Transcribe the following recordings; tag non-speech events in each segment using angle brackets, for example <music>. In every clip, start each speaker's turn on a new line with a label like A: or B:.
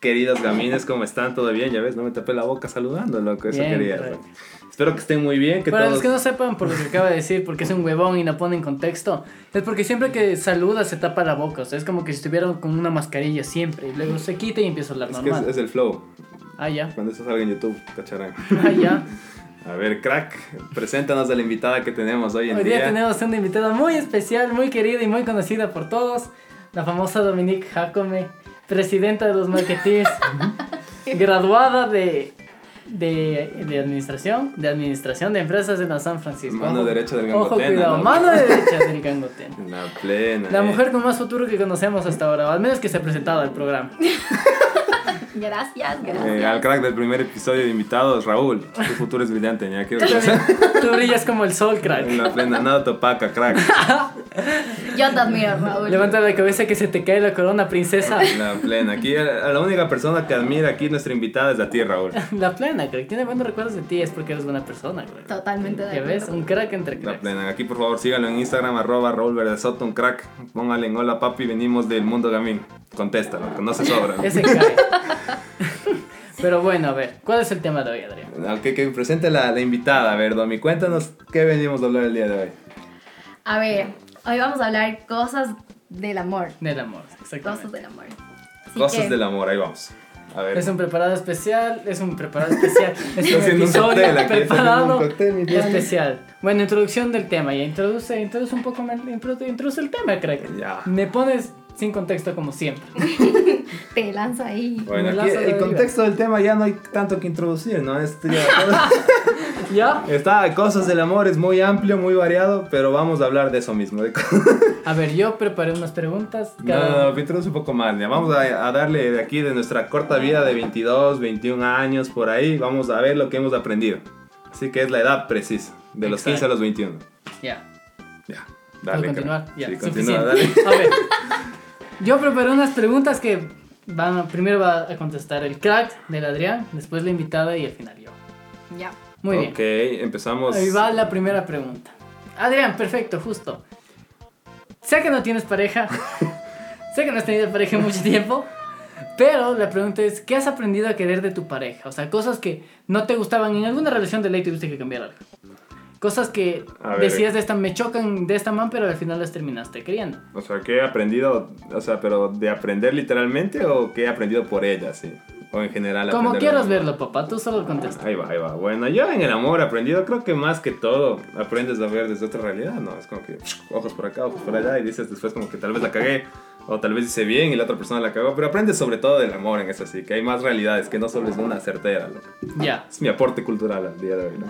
A: queridos gamines, ¿cómo están? ¿Todo bien? Ya ves, no me tapé la boca saludando, loco. Eso
B: Bien,
A: quería.
B: correcto.
A: güey. Espero que estén muy bien. Que
B: Para los
A: todos...
B: que no sepan por lo que acaba de decir, porque es un huevón y no pone en contexto, es porque siempre que saluda se tapa la boca, o sea, es como que si estuviera con una mascarilla siempre, y luego se quita y empieza a hablar
A: Es que es,
B: normal.
A: es el flow.
B: Ah, ya,
A: Cuando eso salga en YouTube, cacharán. <laughs>
B: ah, ya.
A: A ver, crack, preséntanos a la invitada que tenemos hoy en
B: Hoy
A: día.
B: día tenemos una invitada muy especial, muy querida y muy conocida por todos, la famosa Dominique Jacome, presidenta de los marketeers, graduada de, de, de administración, de administración de empresas en la San Francisco.
A: Mano
B: Ojo-
A: derecha del
B: Ojo,
A: gangotena,
B: cuidado,
A: ¿no?
B: mano derecha del gangotena.
A: La plena.
B: La
A: eh.
B: mujer con más futuro que conocemos hasta ahora, o al menos que se ha presentado al programa.
C: Gracias,
A: Eh,
C: gracias.
A: al crack del primer episodio de invitados, Raúl. Tu futuro es brillante, ya quiero
B: Tú brillas como el sol, crack.
A: La plena, nada te opaca, crack.
C: Yo te admiro, Raúl.
B: Levanta la cabeza que se te cae la corona, princesa.
A: La plena. Aquí eh, la única persona que admira aquí nuestra invitada es a ti, Raúl.
B: La plena, crack. Tiene buenos recuerdos de ti, es porque eres buena persona, crack.
C: Totalmente de
B: Ya ves,
C: acuerdo.
B: un crack entre
A: La
B: cracks.
A: plena. Aquí por favor síganlo en Instagram, arroba Raúl Verde Soto, un crack. Póngale en hola papi, venimos del mundo gamín. Contéstalo, que no
B: <laughs>
A: se sobra.
B: Ese
C: <laughs>
B: cae. Pero bueno, a ver, ¿cuál es el tema de hoy, Adrián?
A: No, Que, que presente la, la invitada, a ver, Domi, cuéntanos qué venimos a hablar el día de hoy.
C: A ver, hoy vamos a hablar cosas del amor.
B: Del amor,
C: Cosas
B: exactamente.
C: del amor. Así
A: Cosas
C: que-
A: del amor, ahí vamos. A ver.
B: Es un preparado especial, es un preparado especial. Es <laughs>
A: Está
B: un
A: haciendo un
B: episodio
A: cóctel aquí, está haciendo un
B: preparado
A: cóctel, mi
B: y
A: pana.
B: especial. Bueno, introducción del tema, ya introduce, introduce un poco, más- introdu- introduce el tema, crack.
A: Ya.
B: Me pones sin contexto
A: <laughs>
B: como siempre.
C: Te lanza ahí.
B: Me
A: Bueno, aquí
B: lanzo de
A: el
B: viva.
A: contexto del tema ya no hay tanto que introducir, ¿no? Es- ya-
B: ¿Ya?
A: <laughs> está Cosas del Amor, es muy amplio, muy variado, pero vamos a hablar de eso mismo. De co-
B: A ver, yo preparé unas preguntas.
A: no,
B: cada-
A: no, no, me introduce un poco más. ya. Vamos a, a darle de aquí, de nuestra corta vida de 22, 21 años, por ahí, vamos a ver lo que hemos aprendido. Así que es la edad precisa, de los
B: Exacto.
A: 15 a los 21.
B: Ya.
A: Ya,
B: ¿Puedo
A: dale.
B: continuar?
A: cara.
B: Ya,
A: Sí, continúa,
B: suficiente.
A: dale.
B: A ver, yo preparé unas preguntas que van, a- primero va a contestar el crack del Adrián, después la invitada y al final yo.
C: Ya.
B: <laughs> Muy bien.
A: ok, empezamos.
B: Ahí va la primera pregunta. Adrián, perfecto, justo. Sé que no tienes pareja, sé que no has tenido pareja en mucho tiempo, pero la pregunta es, ¿qué has aprendido a querer de tu pareja? O sea, cosas que no te gustaban en alguna relación de ley tuviste que cambiar algo. Cosas que
A: A ver.
B: decías de esta, me chocan de esta man, pero al final las terminaste queriendo.
A: O sea, ¿qué he aprendido? O sea, pero de aprender literalmente o qué he aprendido por ella, sí. O en general.
B: Como
A: aprender
B: quieras
A: del amor.
B: verlo, papá, tú solo contesta.
A: Ahí va, ahí va. Bueno, yo en el amor he aprendido, creo que más que todo, aprendes a ver desde otra realidad, ¿no? Es como que ojos por acá, ojos por allá y dices después como que tal vez la cagué o tal vez hice bien y la otra persona la cagó, pero aprendes sobre todo del amor en eso, así que hay más realidades que no solo es una certera. loco.
B: Ya,
A: Es mi aporte cultural al día de hoy, ¿no?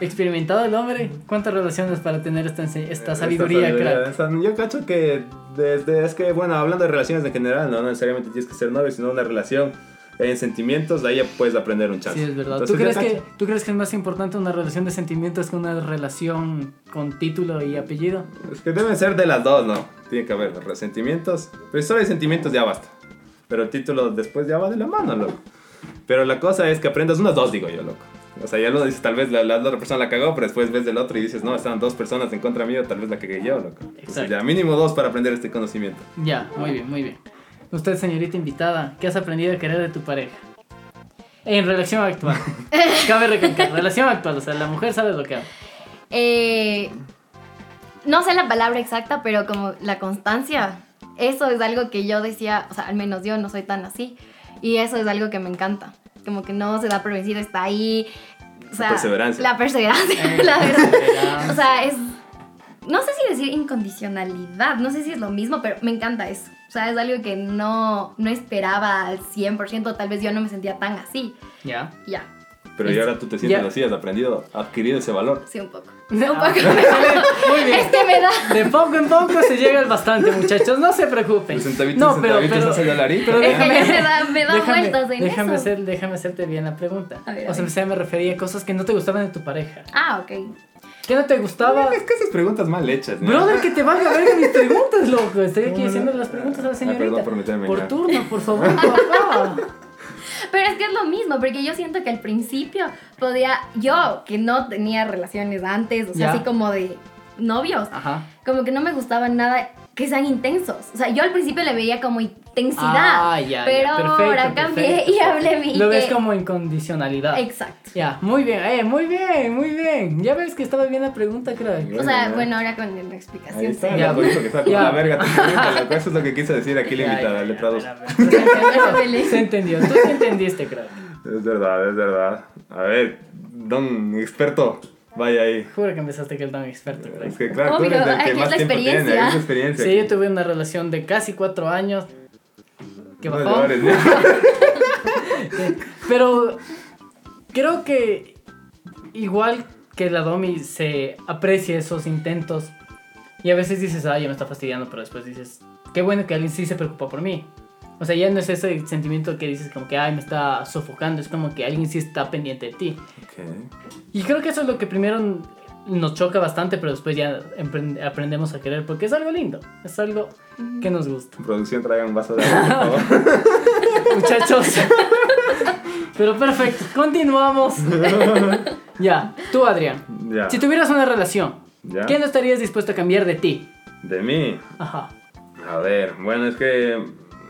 B: experimentado el hombre, ¿cuántas relaciones para tener esta, ense- <laughs> esta
A: Esta
B: sabiduría, crack?
A: esa- yo cacho que desde es que bueno, hablando de relaciones en general, no necesariamente tienes que ser novio, sino una relación en sentimientos, de ahí ya puedes aprender un chance.
B: Sí, es verdad.
A: Entonces,
B: ¿Tú, crees
A: yo
B: que,
A: cacho-
B: ¿Tú crees que es más importante una relación de sentimientos que una relación con título y apellido?
A: Es que deben ser de las dos, ¿no? Tiene que haber los sentimientos. Pero solo de sentimientos ya basta. Pero el título después ya va de la mano, loco. Pero la cosa es que aprendas unas dos, digo yo, loco. O sea, ya uno dice, tal vez la, la otra persona la cagó, pero después ves del otro y dices, no, estaban dos personas en contra mío, tal vez la cagué yo, loco. Entonces,
B: Exacto.
A: ya mínimo dos para aprender este conocimiento.
B: Ya, muy bien, muy bien. Usted, señorita invitada, ¿qué has aprendido a querer de tu pareja? En relación actual.
C: <laughs>
B: Cabe recalcar, relación actual, o sea, la mujer sabe lo que hace.
C: Eh, no sé la palabra exacta, pero como la constancia, eso es algo que yo decía, o sea, al menos yo no soy tan así. Y eso es algo que me encanta. Como que no se da por vencido, está ahí. O sea,
A: La perseverancia.
C: La perseverancia, <laughs>
B: Eh,
C: la verdad.
B: perseverancia.
C: O sea, es. No sé si decir incondicionalidad, no sé si es lo mismo, pero me encanta eso. O sea, es algo que no, no esperaba al 100%, tal vez yo no me sentía tan así.
B: Ya.
C: Ya,
A: Pero y ahora tú te sientes
B: Ya.
A: así, has aprendido, adquirido ese valor.
C: sí, un poco.
B: Un poco. Ah. <laughs> Muy bien.
C: Es que me da.
B: De poco en poco se llega al bastante, muchachos, no se preocupen.
A: Los centavitos,
B: no, pero,
A: centavitos,
B: pero,
A: no se dolarito.
B: pero
C: Es que
B: déjame-
C: me da- me da
B: déjame,
C: vueltas en
B: déjame,
C: eso.
B: hacer- déjame hacerte bien la pregunta.
C: A ver, a
B: o sea,
C: ver.
B: o sea, me refería a cosas que no te gustaban de tu pareja.
C: Ah, ok.
B: ¿Qué no te gustaba?
A: Es que esas preguntas mal hechas, ¿no?
B: Brother, que te van a ver mis preguntas, loco. Estoy aquí
A: No, no,
B: haciendo
A: no.
B: las preguntas a la
A: Ah,
B: señorita.
A: perdón por meterme,
B: Por
A: ya.
B: turno, por favor, papá.
C: Pero es que es lo mismo, porque yo siento que al principio podía, yo que no tenía relaciones antes, o sea,
B: Ya.
C: así como de novios,
B: Ajá.
C: como que no me gustaba nada que sean intensos. O sea, yo al principio le veía como intenso intensidad.
B: Ah, ya, ya,
C: pero
B: perfecto,
C: ahora cambié
B: perfecto.
C: y hablé mi.
B: Lo ves
C: que-
B: como incondicionalidad.
C: Exacto.
B: Ya, muy bien, eh, muy bien, muy bien. Ya ves que estaba bien la pregunta, crack.
C: O sea,
A: Bueno,
C: bueno, ahora con la
A: Ahí
C: explicación.
A: está,
C: sí.
B: Ya.
A: loco, dijo que está como
B: Ya.
A: la verga. tu pregunta, loco. Eso es lo que quiso decir
B: <laughs>
A: aquí la invitada, letra 2.
B: Se entendió, tú sí entendiste, crack.
A: Es verdad, es verdad. A ver, don experto, vaya ahí.
B: Juro que empezaste que el don experto,
A: Es
B: crack.
A: que claro, tú
C: Obvio,
A: eres el
C: Oh, aquí
A: que
C: es
A: más
C: la
A: tiempo tiene,
C: experiencia.
A: es la experiencia.
B: Sí, yo tuve una relación de casi cuatro años. Que
A: No
B: bajó.
A: llores,
B: <laughs>
A: ya.
B: Pero creo que igual que la Domi se aprecia esos intentos y a veces dices, ah, ya me está fastidiando, pero después dices, qué bueno que alguien sí se preocupa por mí. O sea, ya no es ese sentimiento que dices como que, ay, me está sofocando, es como que alguien sí está pendiente de ti.
A: Ok.
B: Y creo que eso es lo que primero nos choca bastante, pero después ya emprend- aprendemos a querer porque es algo lindo, es algo que nos gusta.
A: Producción, traigan un vaso de agua, por
B: <laughs>
A: favor.
B: Muchachos. Pero perfecto,
A: <laughs>
B: continuamos. ya, tú Adrián.
A: Ya.
B: Si tuvieras una relación,
A: Ya.
B: ¿qué no estarías dispuesto a cambiar de ti?
A: De mí.
B: Ajá.
A: A ver, bueno, es que.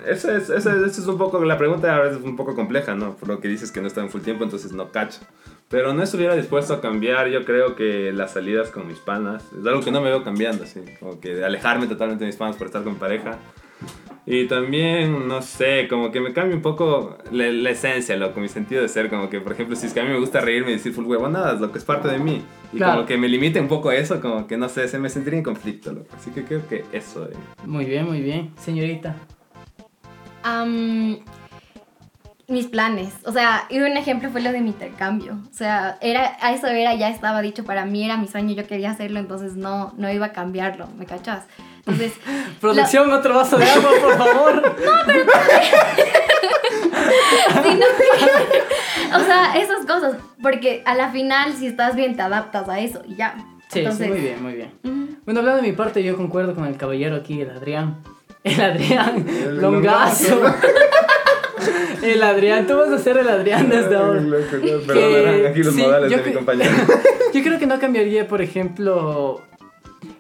A: Esa es, esa es- esa es un poco. La pregunta a veces es un poco compleja, ¿no? Por lo que dices que no está en full tiempo, entonces no cacho. Pero no estuviera dispuesto a cambiar, yo creo que las salidas con mis panas. Es algo que no me veo cambiando, así. Como que de alejarme totalmente de mis panas por estar con mi pareja. Y también, no sé, como que me cambia un poco la, la esencia, loco, mi sentido de ser. Como que, por ejemplo, si es que a mí me gusta reírme y decir full huevonadas, lo que es parte de mí. Y
B: Claro.
A: como que me limite un poco a eso, como que no sé, se me sentiría en conflicto, loco. Así que creo que eso, eh.
B: Muy bien, muy bien, señorita.
C: Am, mis planes. O sea, y un ejemplo fue lo de mi intercambio. O sea, era, a eso era, ya estaba dicho para mí, era mi sueño, yo quería hacerlo, entonces no, no iba a cambiarlo, ¿me cachas?
B: <laughs>
C: Entonces,
B: Producción, otro vaso de agua, por favor.
C: sí, no- <laughs> o sea, esas cosas, porque a la final, si estás bien, te adaptas a eso y ya.
B: Sí, sí,
C: Entonces,
B: muy bien, muy bien.
C: ujú.
B: Bueno, hablando de mi parte, yo concuerdo con el caballero aquí, el Adrián. El Adrián,
A: El
B: longazo. <laughs> El Adrián, tú vas a ser el Adrián desde ahora.
A: Ay, loco, no, perdonarán aquí los
B: sí,
A: modales
B: yo
A: de mi
B: cre-
A: compañero.
B: <laughs> Yo creo que no cambiaría, por ejemplo,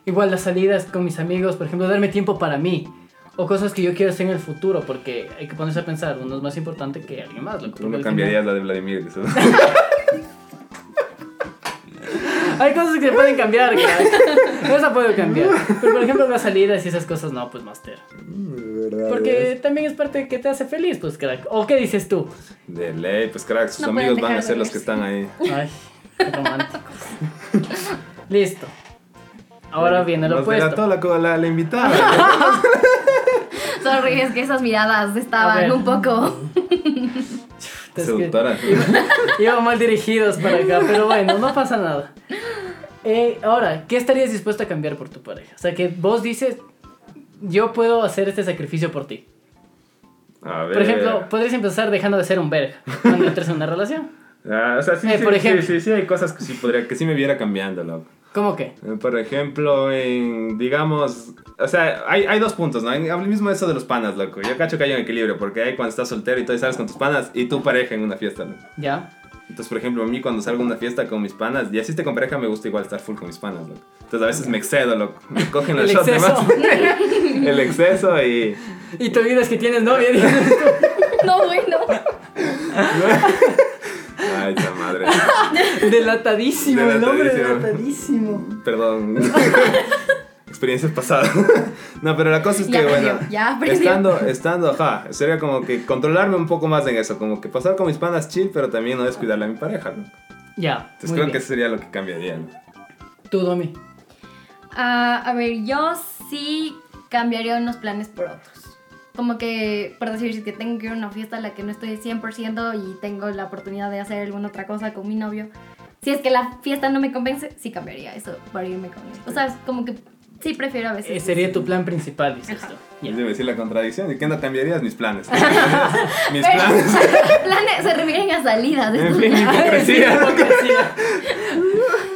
B: igual las salidas con mis amigos, por ejemplo, darme tiempo para mí. O cosas que yo quiero hacer en el futuro, porque hay que ponerse a pensar, uno es más importante que alguien más. loco,
A: Tú
B: porque
A: no
B: al
A: cambiarías la de Vladimir.
B: <laughs>
A: eso.
B: final Hay cosas que se pueden cambiar, <laughs> no Esa puedo cambiar. Pero, por ejemplo, las salidas y esas cosas, no, pues, master. Porque también es parte que te hace feliz, pues, crack. ¿O qué dices tú?
A: De ley, pues crack, sus
C: No pueden
A: amigos van a
C: dejar de
A: ser los que
C: verse.
A: están ahí.
B: Ay, qué romántico. <laughs> Listo. Ahora viene lo
A: Nos delató
B: opuesto.
A: la, co- la, la
B: <laughs>
A: invitada.
C: Sorry, es que esas miradas
B: A ver.
C: estaban
B: <laughs>
C: un poco.
B: Entonces, ¿qué?
A: Seductora.
B: Iban mal dirigidos para acá, pero bueno, no pasa nada. Eh, ahora, ¿qué estarías dispuesto a cambiar por tu pareja? O sea, que vos dices, yo puedo hacer este sacrificio por ti.
A: A ver.
B: Por ejemplo, podrías empezar dejando de ser un verga cuando entres en una relación.
A: Ah, o sea, sí,
B: Eh,
A: sí,
B: por
A: sí,
B: ejemplo.
A: sí, sí, hay cosas que sí, podría, que sí me viera cambiando, loco.
B: ¿Cómo que?
A: Eh, Por ejemplo, en, digamos, o sea, hay, hay dos puntos, ¿no? En- Hablo mismo de eso de los panas, loco. Yo cacho que hay un equilibrio, porque hay cuando estás soltero y todo y sales con tus panas y tu pareja en una fiesta, loco.
B: ¿Ya?
A: Entonces, por ejemplo, a mí cuando salgo a una fiesta con mis panas, y así esté con pareja, me gusta igual estar full con mis panas, loco. Entonces a veces me excedo, loco. Me cogen los
B: El
A: shots de más. <laughs>
B: exceso.
A: El exceso y...
B: <laughs> Y te olvidas que tienes novia.
A: <laughs>
B: dices tú.
C: No, bueno.
A: Ay, esa madre.
B: Delatadísimo, el hombre
A: Delatadísimo.
B: delatadísimo.
A: Perdón. Experiencias pasadas. <laughs> No, pero la cosa es que,
C: Ya aprendió,
A: bueno,
C: ya aprendió.
A: estando, estando, ajá, sería como que controlarme un poco más en eso, como que pasar con mis panas chill, pero también no descuidarle a mi pareja, ¿no?
B: Ya.
A: Entonces
B: muy
A: creo
B: bien.
A: que eso sería lo que cambiaría, ¿no?
B: Tú, Domi.
C: Ah, a ver, yo sí cambiaría unos planes por otros. Como que, por decir, si que tengo que ir a una fiesta a la que no estoy 100% y tengo la oportunidad de hacer alguna otra cosa con mi novio, si es que la fiesta no me convence, sí cambiaría eso para irme con él. O sea, es como que sí prefiero a veces.
B: Eh, sería tu plan principal, dices
C: Ajá.
B: tú.
A: Yo
B: Ya.
A: iba a decir la contradicción, ¿y qué no cambiarías? Mis planes. mis planes.
C: <laughs> planes se refieren a salidas.
A: En
C: estos
A: fin,
C: planes.
A: hipocresía.
B: Sí, hipocresía.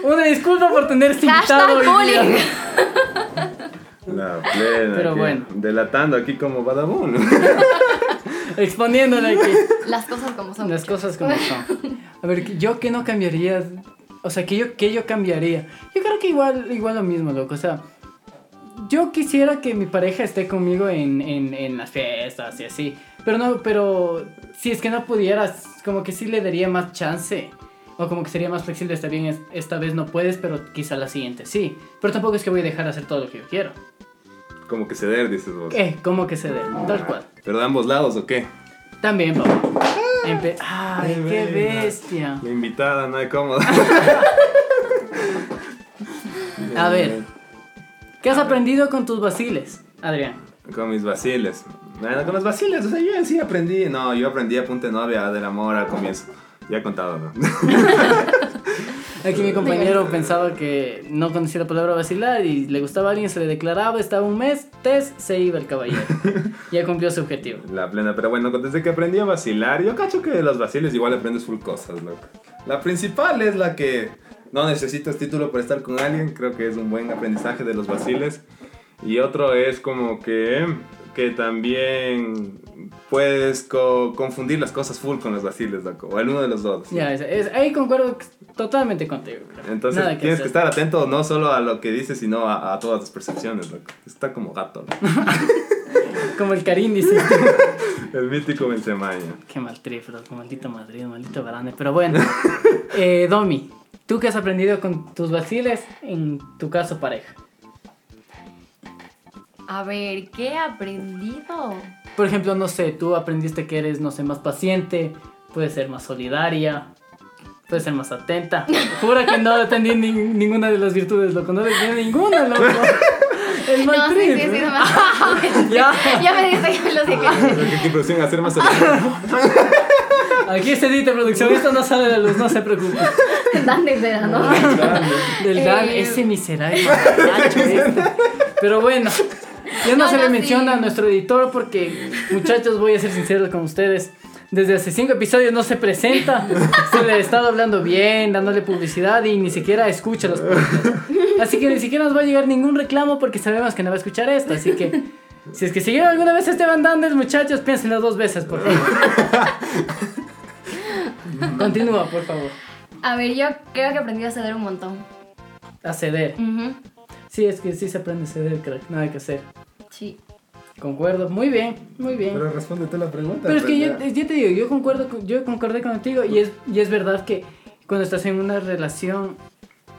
B: Una disculpa por tener este invitado.
C: Hashtag
B: hoy día.
C: bullying.
A: La plena.
B: Pero
A: que-
B: bueno.
A: Delatando aquí como Badabun. <laughs>
B: Exponiéndole aquí.
C: Las cosas como son.
B: Las cosas como
A: <laughs>
B: son. A ver, ¿yo qué no cambiaría? O sea, ¿qué yo, qué yo cambiaría? Yo creo que igual, igual lo mismo, loco. O sea, yo quisiera que mi pareja esté conmigo en, en, en las fiestas y así. Pero no, pero si es que no pudieras, como que sí le daría más chance. O como que sería más flexible, está bien, es- esta vez no puedes, pero quizá la siguiente sí. Pero tampoco es que voy a dejar de hacer todo lo que yo quiero.
A: Como que ceder, dices vos.
B: Eh, como que se dé, tal cual.
A: ¿Pero de ambos lados o qué?
B: También, papá. Empe- Ay,
A: Ah. Ay,
B: qué
A: venga.
B: bestia.
A: La invitada, no hay cómo.
B: <laughs> A ver. ¿Qué has aprendido con tus vaciles, Adrián?
A: <laughs> Con mis vaciles. Bueno, con los vaciles, o sea, yo en sí aprendí. No, yo aprendí a punta de novia del amor al comienzo. Ya he contado, ¿no?
B: Aquí mi compañero pensaba que no conocía la palabra vacilar y le gustaba a alguien, se le declaraba, estaba un mes, test, se iba
A: <laughs>
B: el caballero. Ya cumplió su objetivo.
A: La plena, pero bueno, desde que aprendí a vacilar, yo cacho que de los vaciles igual aprendes full cosas, loco. La principal es la que no necesitas título para estar con alguien, creo que es un buen aprendizaje de los vaciles. Y otro es como que, que también puedes co- confundir las cosas full con los vaciles, loco, o alguno de los dos.
B: Ya, es, es- ahí concuerdo totalmente contigo. creo.
A: Entonces
B: Nada
A: tienes que
B: hacer.
A: estar atento no solo a lo que dices, sino a, a todas las percepciones, loco. Está como gato,
B: <laughs>
A: loco.
B: Como el
A: <laughs>
B: Karim dice.
A: el mítico Benzemaña.
B: Qué mal trip, bro, maldito Madrid, maldito Barane.
A: <laughs>
B: Pero bueno, eh, Domi, ¿tú qué has aprendido con tus vaciles en tu caso pareja?
C: A ver, ¿qué he aprendido?
B: Por ejemplo, no sé, tú aprendiste que eres, no sé, más paciente, puedes ser más solidaria, puedes ser más
C: <laughs>
B: atenta. Jura que no atendí ni- ninguna de las virtudes, loco, no atendí ninguna,
C: <laughs>
B: loco. El mal
C: No, sí,
B: trip,
C: sí, sí,
B: ¿no?
C: <laughs> nomás-
B: Ya,
C: Ya me distraje, lo sé que... <laughs>
A: Creo que aquí producción hacer más solidario.
B: aquí se edita producción, esto no sale de luz, no se preocupe.
C: Dante será, ¿no?
B: Del <laughs>
C: Eh,
B: Dan, ese miserable. gacho este. Pero bueno, ya no,
C: No,
B: se le
C: no, sí.
B: menciona a nuestro editor porque, muchachos, voy a ser sinceros con ustedes. Desde hace cinco episodios no se presenta. Se le ha estado hablando bien, dándole publicidad y ni siquiera escucha los podcasts. Así que ni siquiera nos va a llegar ningún reclamo porque sabemos que no va a escuchar esto. Así que, si es que siguieron alguna vez a Esteban Dandes, muchachos, piénsenlo dos veces, por favor. Continúa, por favor.
C: A ver, yo creo que aprendí a ceder un montón.
B: A ceder.
C: Ujú,
B: Sí, es que sí se aprende a ceder, crack. Nada que hacer.
C: Sí.
B: Concuerdo. Muy bien, muy bien.
A: Pero respóndete la pregunta.
B: Pero es que yo,
A: pues,
B: yo te digo, yo concuerdo, con- yo concordé contigo y es, y es verdad que cuando estás en una relación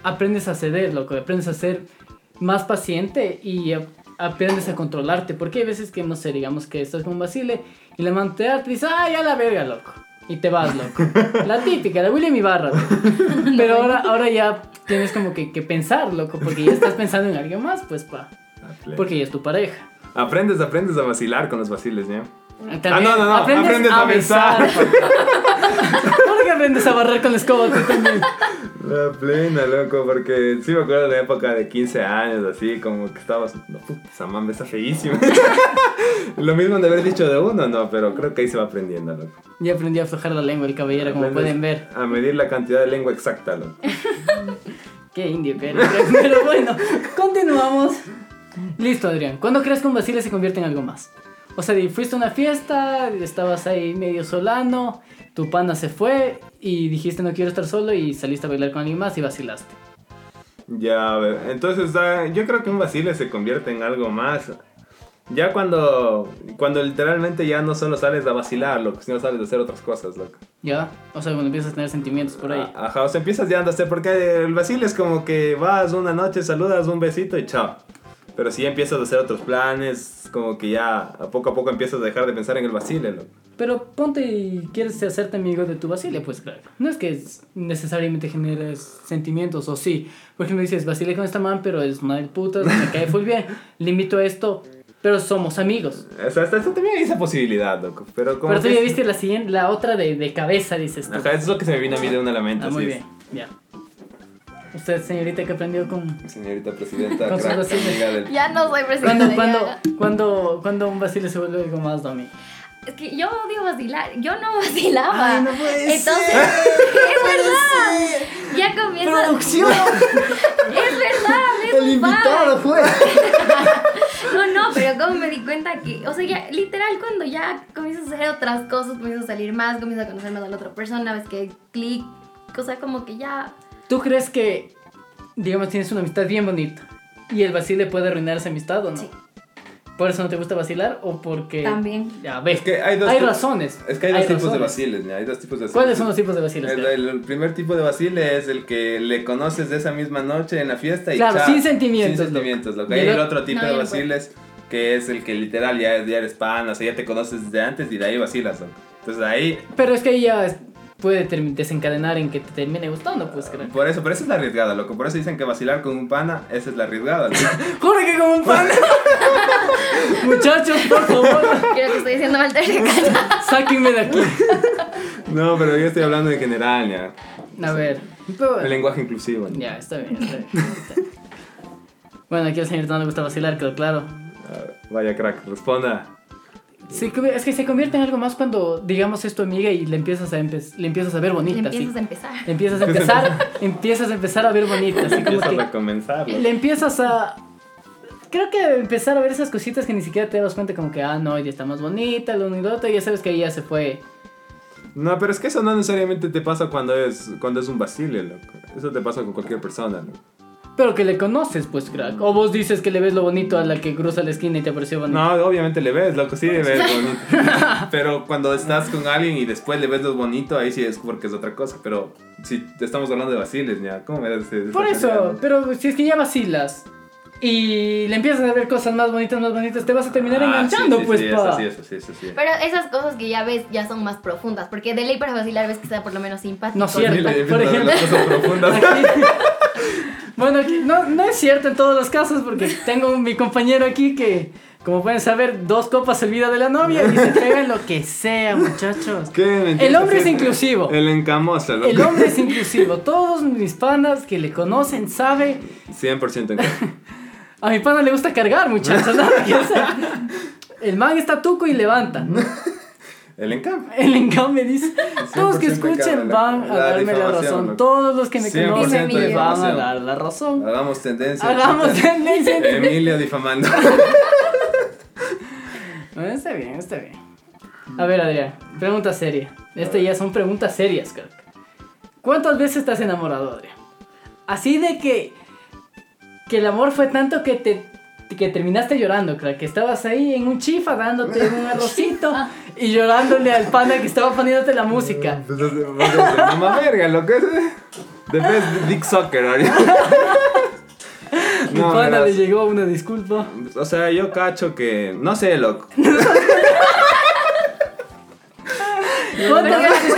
B: aprendes a ceder, loco, aprendes a ser más paciente y a- aprendes a controlarte, porque hay veces que, no sé, digamos que estás con un vacile y la man te da, te dice, ah, ya la verga, loco, y te vas, loco. La típica, la William Ibarra, loco. Pero ahora, ahora ya tienes como que, que pensar, loco, porque ya estás pensando en alguien más, pues, pa,
A: la plena.
B: porque ya es tu pareja.
A: Aprendes, aprendes a vacilar con los vaciles, ¿ya?
B: También
A: Ah, no, no, no, aprendes a besar.
B: <laughs> Ahora que aprendes a barrer con la escoba tú también.
A: <laughs> La plena, loco, porque sí me acuerdo de la época de 15 años, así, como que estabas, no, puta, esa mamba está feísima. <laughs> Lo mismo de haber dicho de uno, no, pero creo que ahí se va aprendiendo, loco.
B: Ya aprendí a aflojar la lengua el caballero, como
A: Aprendes
B: pueden ver.
A: A medir la cantidad de lengua exacta, loco.
B: Qué indio que eres. <laughs> Pero bueno, continuamos. Listo, Adrián. ¿Cuándo crees que un Basile se convierte en algo más? O sea, di- fuiste a una fiesta, estabas ahí medio solano, tu pana se fue y dijiste no quiero estar solo y saliste a bailar con alguien más y vacilaste.
A: Ya, a ver, entonces ah, yo creo que un vacile se convierte en algo más. Ya cuando, cuando literalmente ya no solo sales a vacilar, loco, sino sales a hacer otras cosas, loco.
B: ¿Ya? O sea, cuando empiezas a tener sentimientos por ahí.
A: A- Ajá, o sea, empiezas ya a andarte porque el vacil es como que vas una noche, saludas, un besito y chao. Pero si ya empiezas a hacer otros planes, como que ya a poco a poco empiezas a dejar de pensar en el vacile, loco.
B: Pero ponte y quieres hacerte amigo de tu Basile, pues claro. No es que es- necesariamente generes sentimientos, o sí. Por ejemplo, dices, Basile con esta man, pero es una de
A: <laughs>
B: putas, me cae full bien, le invito a esto, pero somos amigos.
A: O sea, hasta, hasta también hay esa posibilidad, loco. Pero como
B: Pero tú
A: que
B: ya
A: es-
B: viste la siguiente, la otra de, de cabeza, dices tú.
A: Ajá, eso es lo que se me vino a mí de una lamenta.
B: Ah, muy bien, ya. Usted, señorita, que aprendió con...
A: Señorita presidenta,
B: Con sus
A: crack,
B: vaciles.
A: amiga del
C: Ya no soy presidente.
B: Cuando,
C: ya.
B: <laughs> cuando, cuando, cuando un Basile se vuelve algo más, Domi.
C: Es que yo odio vacilar. Yo no vacilaba.
B: Ay, no puede
C: Entonces,
B: ser,
C: <laughs> es verdad. Ya comienza. Es verdad, es un fact.
B: fue.
C: <laughs> No, no, pero como me di cuenta que, o sea, ya, literal, cuando ya comienzas a hacer otras cosas, comienzas a salir más, comienzas a conocer más a la otra persona, ves que clic, o sea, como que ya.
B: ¿Tú crees que, digamos, tienes una amistad bien bonita? Y el vacile puede arruinar esa amistad o no.
C: Sí.
B: ¿Por eso no te gusta vacilar o porque.?
C: También.
B: Ya ves.
A: Es que hay dos tip-
B: razones.
A: Es que hay dos tipos de
B: razones.
A: vaciles, ya, hay dos tipos de vaciles.
B: ¿Cuáles son los tipos de vaciles?
A: El, el- el primer tipo de vacile es el que le conoces de esa misma noche en la fiesta y
B: Claro,
A: chao.
B: sin sentimientos,
A: Sin
B: loco.
A: sentimientos, loco.
B: Y
A: Y
B: el
A: el
B: o-
A: otro tipo
C: No,
A: de
C: yo no
A: vaciles que es el que literal ya, ya eres pan, o sea, ya te conoces desde antes y de ahí vacilas, loco. Entonces ahí,
B: Pero es que ahí ya es- puede termi- desencadenar en que te termine gustando, pues creo.
A: por eso, pero esa es la arriesgada, loco. Por eso dicen que vacilar con un pana, esa es la arriesgada, loco.
B: <laughs> ¡Juro que como un
A: <laughs>
B: pan! Muchachos, por favor,
C: Creo que estoy diciendo
B: <laughs>
C: mal tercero.
B: sáquenme de aquí.
A: No, pero yo estoy hablando en general, ya.
B: A ver.
A: El lenguaje inclusivo. ya.
B: Ya, está bien, está bien. está bien. Bueno, aquí al señor no le gusta vacilar, creo, claro.
A: Ah, Vaya crack, responda.
B: Se convi- es que se convierte en algo más cuando, digamos, es tu amiga y le empiezas a, empe- le empiezas a ver
C: Y
B: bonita,
C: empiezas
B: sí.
C: a empezar.
B: Le empiezas a empezar, empiezas a empezar a ver bonita, así como
A: Empieza
B: que
A: a comenzarlo.
B: le empiezas a creo que empezar a ver esas cositas que ni siquiera te das cuenta como que ah no ella está más bonita lo uno y lo otro y ya sabes que ella se fue
A: No, pero es que eso no necesariamente te pasa cuando es cuando es un vacile, loco. Eso te pasa con cualquier persona, loco.
B: pero que le conoces pues crack o vos dices que le ves lo bonito a la que cruza la esquina y te pareció bonita
A: No, obviamente le ves, loco, sí le ves
B: <laughs>
A: bonito. Pero cuando estás con alguien y después le ves lo bonito, ahí sí es porque es otra cosa. Pero si te estamos hablando de vaciles, ya, ¿cómo me das ese-
B: por
A: esa
B: eso
A: calidad?
B: pero si es que ya vacilas y le empiezas a ver cosas más bonitas más bonitas te vas a terminar
A: Ah,
B: enganchando
A: sí, sí,
B: pues
A: sí,
B: pa.
A: eso sí, eso sí, eso sí.
C: Pero esas cosas que ya ves ya son más profundas. Porque de ley para vacilar ves que sea por lo menos simpático.
B: No,
A: Sí,
B: cierto.
A: le-
B: Por
A: le-
B: ejemplo-
A: las cosas <laughs> profundas.
B: <laughs> Aquí- <laughs> bueno, aquí- no, no es cierto en todos los casos porque tengo un- mi compañero aquí que, como pueden saber, dos copas se olvida de la novia y se pega en lo que sea, muchachos.
A: Qué mentira,
B: El hombre es
A: sí.
B: inclusivo.
A: El encamosa, loco.
B: El hombre es inclusivo. Todos mis panas que le conocen sabe
A: <laughs> 100% encamosa.
B: a mi pana le gusta cargar, muchachos. ¿no? Porque, o sea, el man está tuco y levanta.
A: El encamo.
B: El engame dice, todos que
A: 100%
B: escuchen
A: cada-
B: van a
A: la
B: darme la
A: difamación,
B: razón.
A: loco.
B: Todos los que me
A: 100%
B: conocen
C: de
B: me van a
A: difamación.
B: dar la razón.
A: Hagamos tendencia. <laughs>
B: Hagamos tendencia.
A: Emilio difamando. <laughs>
B: Bueno, está bien, está bien. A ver, Adrián, pregunta seria. Este ya son preguntas serias, crack. ¿Cuántas veces estás enamorado, Adrián? Así de que. Que el amor fue tanto que te. Que terminaste llorando, crack. Que estabas ahí en un chifa dándote <laughs> un arrocito y llorándole al pana que estaba poniéndote la música.
A: Pues, pues, pues, pues, Mamá verga, lo que es. eh. The best dick soccer
B: <laughs>
A: ahorita.
B: Mi
A: No,
B: pana le
A: verás.
B: llegó una disculpa.
A: O sea, yo cacho que. No sé, loco.
B: ¿Cuántas veces,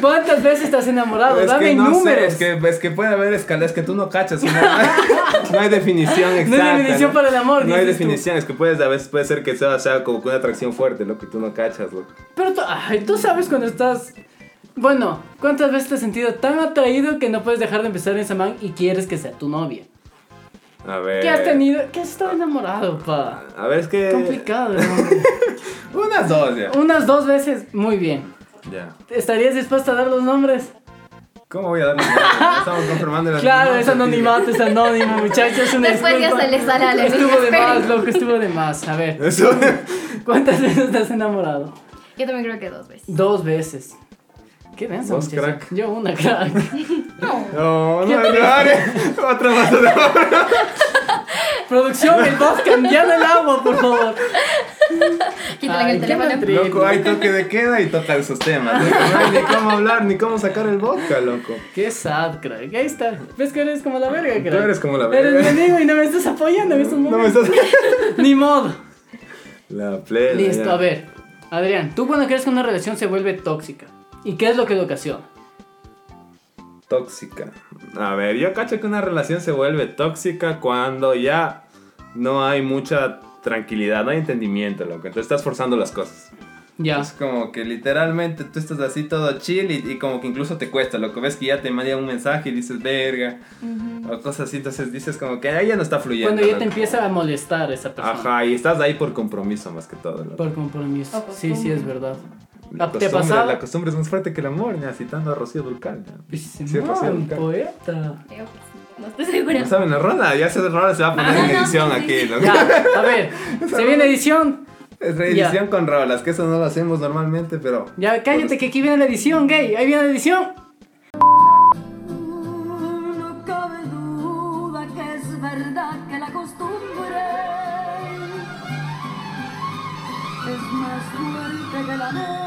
B: cuántas veces estás enamorado?
A: es
B: Dame
A: que no sé,
B: números.
A: es que, es que puede haber escalas que tú no cachas. No, no hay <laughs> definición exacta.
B: definición
A: ¿no?
B: para el amor,
A: No hay
B: dices tú.
A: definición, es que puedes, a veces puede ser que sea, sea como que una atracción fuerte, loco, y tú no cachas, loco.
B: Pero tú, ay, tú sabes cuando estás. Bueno, ¿cuántas veces te has sentido tan atraído que no puedes dejar de empezar en esa man y quieres que sea tu novia?
A: A ver.
B: ¿Qué has tenido? ¿Qué has estado enamorado, pa?
A: A ver, es que.
B: Complicado, ¿no?
A: Unas dos ya.
B: Unas dos veces, muy bien.
A: Ya.
B: ¿Estarías dispuesta a dar los nombres?
A: ¿Cómo voy a dar mi
B: <laughs>
A: nombre? Estamos confirmando el
B: Claro, es
A: anonimato.
B: anonimato, es anónimo, muchachos. Una
C: Después ya
B: disculpa.
C: se le sale a la
B: Estuvo de
C: niña,
B: más,
C: esperen.
B: loco, estuvo de más. A ver,
A: Eso.
B: ¿cuántas veces te has enamorado?
C: Yo también creo que dos veces.
B: Dos veces. ¿Qué denso,
A: Dos,
B: muchacho.
A: crack.
B: Yo una crack. <laughs>
A: No, no, no, no. Otra más. otra más.
B: Producción, el voz cambiando el agua, por favor.
C: Quítale
B: Ay,
C: el
B: qué
C: teléfono.
B: maltri-
A: Loco, hay toque de queda y toca esos temas. loco. No hay ni cómo hablar, ni cómo sacar el vodka, loco.
B: Qué sad, crack. Ahí está. ¿Ves que eres como la verga, crack?
A: Tú eres como la verga.
B: Eres mi amigo y no me estás apoyando en estos
A: No me
B: momentos.
A: estás.
B: Ni
A: <laughs>
B: modo.
A: La plena.
B: Listo,
A: ya.
B: a ver. Adrián, ¿tú cuando crees que una relación se vuelve tóxica? ¿Y qué es lo que lo ocasiona?
A: Tóxica. A ver, yo cacho que una relación se vuelve tóxica cuando ya no hay mucha tranquilidad, no hay entendimiento, loco. Entonces estás forzando las cosas.
B: Ya.
A: Es como que literalmente tú estás así todo chill y, y como que incluso te cuesta, loco. Ves que ya te manda un mensaje y dices, verga. O cosas así, entonces dices como que ahí ya no está fluyendo.
B: Cuando ya te
A: loco.
B: empieza a molestar esa persona.
A: Ajá, y estás ahí por compromiso más que todo. loco.
B: Por compromiso.
C: O por
B: Sí, sí,
C: cómo.
B: es verdad.
A: La
B: ¿Te ha
A: costumbre-
B: pasado?
A: La costumbre es más fuerte que el amor, ya, citando a Rocío Dulcal. ya. Sí, Rocío
B: Simón,
A: Dulcal. <laughs>
B: poeta.
C: Creo que sí. No estoy segura.
A: No saben la rola, ya esa rola se va a poner
C: Ah,
A: en
C: no,
A: edición
C: sí, sí,
A: aquí.
C: sí.
A: loco.
B: Ya, a ver. Se viene edición.
A: <laughs> Es reedición con rolas, que eso no lo hacemos normalmente, pero.
B: Ya, cállate que aquí viene la edición, gay. Ahí viene la edición.
D: No cabe duda que es verdad. verdad que la costumbre es más fuerte que el amor.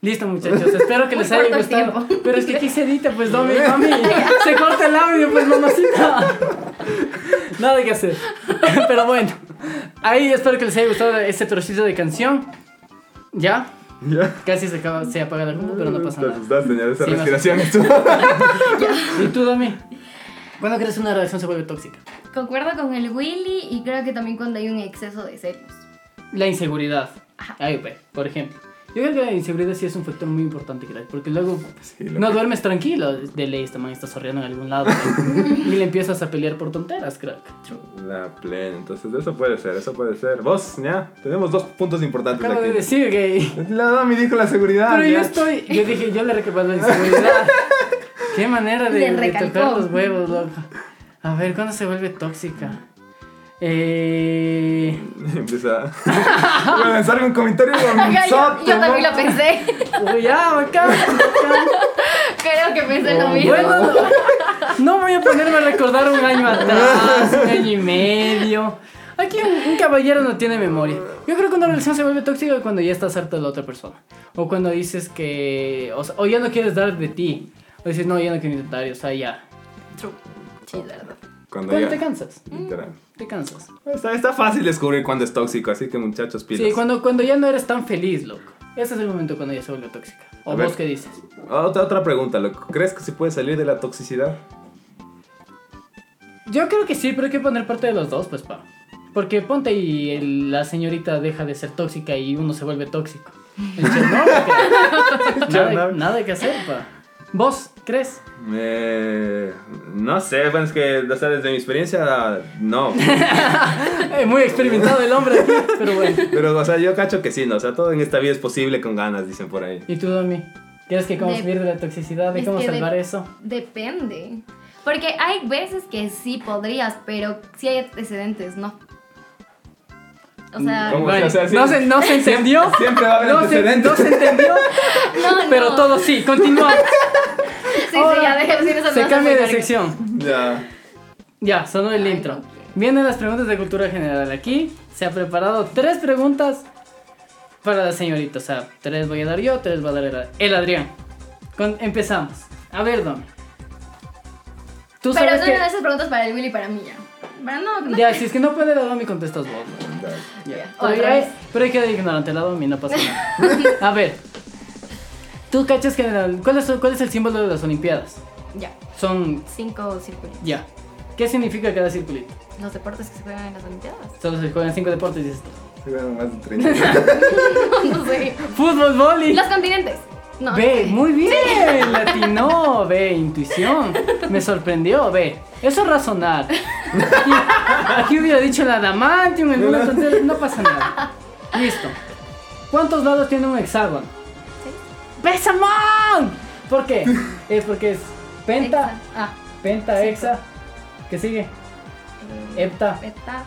B: Listo, muchachos. Espero
C: <laughs>
B: que
C: Muy
B: les haya
C: corto el
B: gustado.
C: tiempo.
B: Pero es que aquí se edita, pues,
C: <laughs>
B: mami, mami. Se corta el audio, pues, mamacita. Nada que hacer. Pero bueno. Ahí espero que les haya gustado este trocito de canción. Ya.
A: <laughs> Ya.
B: Casi se, acaba, se apaga la compu, pero no pasa
A: Te
B: nada.
A: asustaste, señor, esa
B: Sí, me
A: respiración.
B: ¿Y tú, Dami? ¿Cuándo crees que una relación se vuelve tóxica?
C: Concuerdo con el Willy y creo que también cuando hay un exceso de celos. <laughs>
B: La inseguridad.
C: Ajá.
B: Ahí, pues, por ejemplo. Yo creo que la inseguridad sí es un factor muy importante, crack, porque luego
A: Sí, loco.
B: no duermes tranquilo. De ley, este man está sorriendo en algún lado. <laughs> crack. y le empiezas a pelear por tonteras, crack.
A: La plena, entonces eso puede ser, eso puede ser. Vos, ya, tenemos dos puntos importantes
B: Acabo de
A: aquí.
B: decir que.
A: La Dami dijo la seguridad.
B: <laughs> Pero yo
A: ya.
B: estoy. Yo dije, yo le recalco <laughs> la inseguridad. Qué manera de,
C: Le
B: de tocar
C: recalcó.
B: los huevos, loco. A ver, ¿cuándo se vuelve tóxica? Eh.
A: <laughs> Empieza <laughs> voy a lanzarme un
B: <laughs>
A: comentario
C: Ajá, yo,
A: gonzote,
C: yo también
A: ¿no?
C: lo pensé. <laughs>
B: Uy, ya, bacán, <laughs> bacán.
C: creo que pensé lo mismo.
B: Oh, Bueno, no, no voy a ponerme a recordar un año atrás, un año y medio. Aquí un, un caballero no tiene memoria. Yo creo que una relación se vuelve tóxica cuando ya estás harta de la otra persona. O cuando dices que. O, sea, o ya no quieres dar de ti. O dices, no, ya no quiero intentar. y, O sea, ya.
C: True. Sí, la verdad.
A: Cuando
B: Cuando
A: ya,
B: te cansas.
A: literal.
B: Te cansas.
A: Está, está fácil descubrir cuándo es tóxico, así que muchachos pilas.
B: Sí, cuando, cuando ya no eres tan feliz, loco. Ese es el momento cuando ya se vuelve tóxica. ¿O
A: A
B: vos
A: ver.
B: qué dices?
A: Otra, otra pregunta, loco. ¿Crees que se puede salir de la toxicidad?
B: Yo creo que sí, pero hay que poner parte de los dos, pues, pa. Porque ponte y el- la señorita deja de ser tóxica y uno se vuelve tóxico.
A: <laughs>
B: El Chernobyl, que- nada,
A: Chernobyl.
B: nada que hacer, pa. ¿Vos crees?
A: Eh, no sé, bueno, es que o sea, desde mi experiencia,
B: <laughs>
A: no.
B: Eh, muy experimentado el hombre, aquí, pero bueno.
A: Pero, o sea, yo cacho que sí, ¿no? O sea, todo en esta vida es posible con ganas, dicen por ahí.
B: ¿Y tú, Domi? ¿Crees que cómo
C: De-
B: salir de la toxicidad? ¿De
C: es
B: cómo
C: que de-
B: salvar eso?
C: Depende. Porque hay veces que sí podrías, pero si hay antecedentes, no. O sea,
A: ¿Cómo?
B: Bueno,
A: O sea, sí.
B: no, se, no se entendió.
A: Siempre va a haber
B: No se,
A: antecedentes.
B: no se entendió,
C: <laughs> no, no.
B: pero todo sí. Continúa.
C: Sí, sí,
B: Ahora
C: ya deja de decir esa
B: Se
C: frase
B: cambia de
C: vulgar.
B: sección.
A: Ya.
B: Ya, sonó el
C: Ay,
B: intro.
C: no
B: Vienen las preguntas de cultura general. Aquí se ha preparado tres preguntas para la señorita. O sea, tres voy a dar yo, tres va a dar el, el Adrián. Con- empezamos. A ver, Domi. Tú
C: Pero
B: sabes
C: no
B: que...
C: eran esas preguntas para el Willy y para mí ya. Para no, no.
B: Ya, si es que no puede la Domi, contestas vos. ¿no?
A: Ya.
B: Ya.
C: Otra
B: Pero,
C: vez.
B: hay, pero hay que ser ignorante, la Domi, no pasa
C: <laughs>
B: nada. A ver. Tú cachas que... la- ¿cuál, es, ¿Cuál es el símbolo de las Olimpiadas?
C: Ya.
B: Son...
C: Cinco círculos.
B: Ya. ¿Qué significa cada circulito?
C: Los deportes que se juegan en las Olimpiadas.
B: Solo se juegan cinco deportes y esto.
A: Sí, bueno, más de 30.
C: No, <laughs> no sé.
B: Fútbol, voli.
C: Los continentes. No.
B: Ve,
C: no sé.
B: muy bien, latino, ve, intuición. Me sorprendió, ve. Eso es razonar. Aquí, aquí hubiera dicho la adamantium, alguna tontería, no pasa nada. Listo. ¿Cuántos lados tiene un hexágono? ¡Pesamón! ¿Por
C: <laughs>
B: qué? Es porque es penta,
C: Hexa. Ah.
B: penta, hexa. ¿Qué sigue?
C: eh,
B: Hepta,
C: Peta.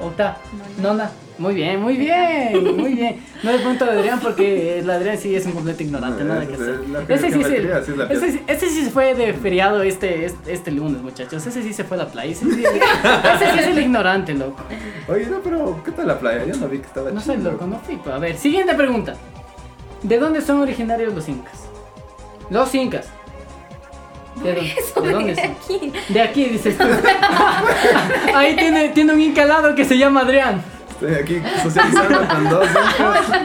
B: octa, nona. Muy bien, muy bien, muy bien. No le pregunto a Adrián porque el Adrián sí es un completo ignorante,
A: No,
B: nada
A: ese
B: que
A: es
B: hacer.
A: la
B: Ese sí, se-
A: geometría, así es la
B: ese, sí- ese sí se fue de feriado este, este, este lunes, muchachos. Ese sí se fue a la playa. Ese sí, ese sí es el ignorante, loco.
A: <laughs> Oye, no, pero ¿qué tal la playa? Yo no vi que estaba
B: No soy
A: chido.
B: loco, no fui. pues. A ver, siguiente pregunta. ¿De dónde son originarios los incas? Los incas. ¿De dónde,
C: Eso
B: de dónde
C: de
B: son?
C: aquí.
B: De aquí, dices tú. <laughs> Ahí tiene, tiene un inca al lado que se llama Adrián.
A: Estoy aquí socializando con dos
B: <laughs>
A: hijos.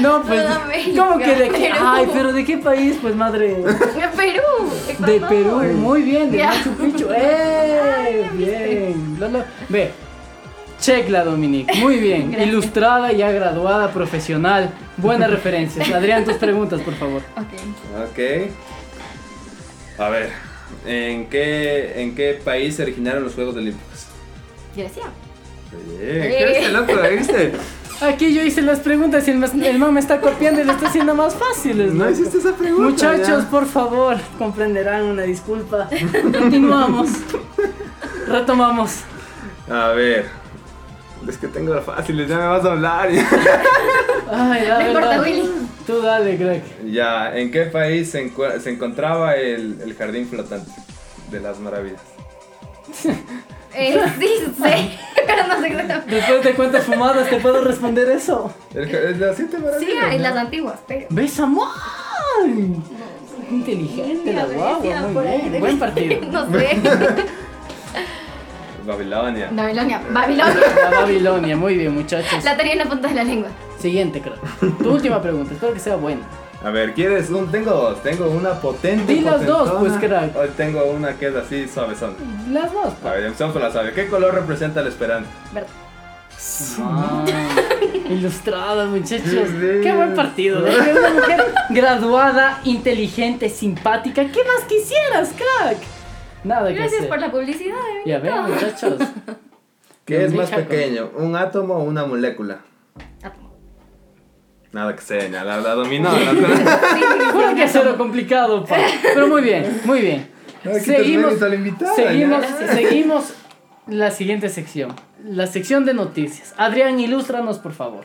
B: No, pues.
C: Sudamérica,
B: ¿Cómo que de aquí?
C: Perú.
B: Ay, pero ¿de qué país? Pues madre.
C: De Perú.
B: De
C: Ecuador.
B: Perú, eh, muy bien, de
C: Ya.
B: Machu Picchu. ¡Eh! Bien. Lolo. Ve, checla Dominique, muy bien.
C: Gracias.
B: Ilustrada, ya graduada, profesional. Buenas referencias. Adrián, tus preguntas, por favor.
C: Ok.
A: Ok. A ver, ¿en qué, ¿en qué país se originaron los Juegos Olímpicos?
C: Grecia.
B: Eh.
A: Bien, ¿qué viste, loco? ¿Viste?
B: Aquí yo hice las preguntas y el, mas- el man me está copiando y lo está haciendo más fáciles.
A: No
B: loco.
A: hiciste esa pregunta.
B: Muchachos,
A: ya.
B: por favor, comprenderán una disculpa. Continuamos. Retomamos.
A: A ver. Es que tengo las fáciles, ya me vas a hablar. <laughs>
B: Ay, la
C: No importa,
B: verdad.
C: Willy.
B: Tú dale, Greg.
A: Ya, ¿en qué país se, encue- se encontraba el, el jardín flotante de las maravillas?
C: Eh, sí,
B: <laughs>
C: sé, pero no sé exactamente.
B: Después de cuántas fumadas te puedo responder eso.
A: El ja- las siete maravillas.
C: Sí, hay
A: ¿no?
C: las antiguas, pero.
B: ¿Ves, amor? Inteligente la guagua, muy bien. Buen partido.
C: <laughs> No
B: <laughs>
C: sé.
A: Babilonia.
C: Babilonia, Babilonia.
B: La Babilonia, muy bien, muchachos.
C: La tenía en la punta de la lengua.
B: Siguiente, creo. Tu última pregunta, espero que sea buena.
A: A ver, ¿quieres un? Tengo dos. Tengo una potente.
B: Di las dos, pues,
A: potentona.
B: crack.
A: Hoy tengo una que es así suavezón.
B: Las dos,
A: A
B: pues.
A: ver, empezamos con la suave. ¿Qué color representa el esperanto?
C: Verdad.
B: Ah, Ilustrada, muchachos.
A: Sí.
B: Qué buen partido. ¿eh? Una mujer graduada, inteligente, simpática. ¿Qué más quisieras, crack? Nada que
C: Gracias
B: hacer.
C: por la publicidad, eh. de
B: Ya ven,
C: verdad.
B: muchachos.
A: ¿Qué es
B: Mi
A: más
B: hija con-
A: pequeño, un átomo o una molécula? Nada que se la, la dominó.
B: <laughs>
A: la-
B: Juro que eso era complicado, pa. Pero muy bien, muy bien.
A: Ay, qué
B: Seguimos,
A: tremendo, la invitada,
B: seguimos,
A: ya.
B: seguimos la siguiente sección. La sección de noticias. Adrián, ilústranos, por favor.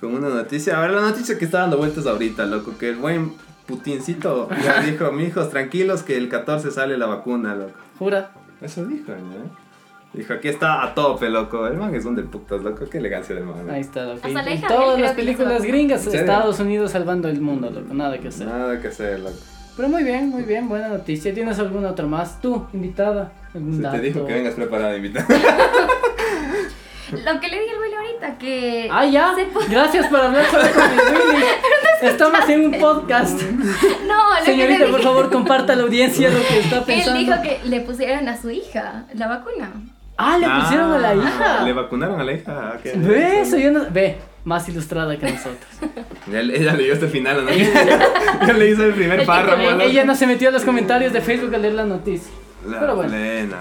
A: Con una noticia. A ver, la noticia que está dando vueltas ahorita, loco, que el buen Putincito
B: <laughs>
A: ya dijo, mijos, tranquilos, que el 14 sale la vacuna, loco.
B: Jura.
A: Eso dijo, ¿no? Dijo, aquí está a tope, loco. El man es un del putas, loco. Qué elegancia del man. ¿no?
B: Ahí está, loco.
C: Hasta la
B: En
C: hija de él
B: todas
C: creo
B: las
C: que le
B: películas
C: hizo-
B: gringas,
A: ¿En serio? Ah.
B: Estados Unidos salvando el mundo, loco. Nada que hacer.
A: Nada que hacer, loco.
B: Pero muy bien, muy bien, buena noticia. ¿Tienes alguna otra más? Tú, invitada. algún
A: Se te
B: dato.
A: dijo que vengas preparada,
B: <laughs>
A: invitado.
C: Lo que le dije al Willy ahorita, que.
B: Ah, ya.
C: se pu-
B: Gracias por hablar solo con
C: <laughs>
B: mi Willy. Estamos en un podcast.
C: No, lo que
B: Señorita,
C: le
B: por
C: dije.
B: favor, comparta a la audiencia lo que está
C: Él
B: pensando.
C: dijo que le pusieran a su hija la vacuna.
B: Ah, le pusieron a la
A: Ah, Le
B: hija.
A: vacunaron a la hija. ah, qué-
B: Ve, soy una... Ve, más ilustrada que nosotros.
A: <laughs> Ya le- Ella leyó hasta el final,
B: <laughs>
A: ¿no? ya le hizo el primer párrafo.
B: Eh,
A: loco.
B: Ella no se metió a los comentarios de Facebook a leer la noticia.
A: La
B: Pero bueno.
A: plena.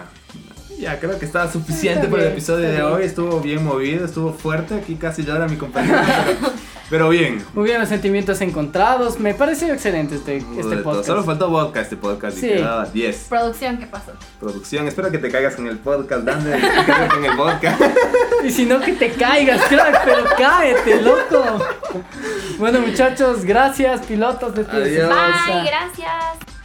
A: Ya, creo que estaba suficiente
B: Está
A: para el
B: bien,
A: episodio
B: está
A: de
B: bien.
A: hoy. Estuvo bien movido, estuvo fuerte. Aquí casi llora mi compañero. <laughs> pero, pero bien.
B: Muy bien, los sentimientos encontrados. Me pareció excelente este, este
A: De todo. Solo
B: podcast.
A: faltó vodka este podcast.
B: Sí.
A: Y quedaba 10.
C: Producción, ¿qué pasó?
A: Producción, espero que te caigas con el podcast. Dando el- <laughs> que te caigas con el vodka.
B: Y si no, que te caigas, crack, pero cáete, loco. Bueno, muchachos, gracias, pilotos. despídense.
A: Adiós.
C: Bye, gracias.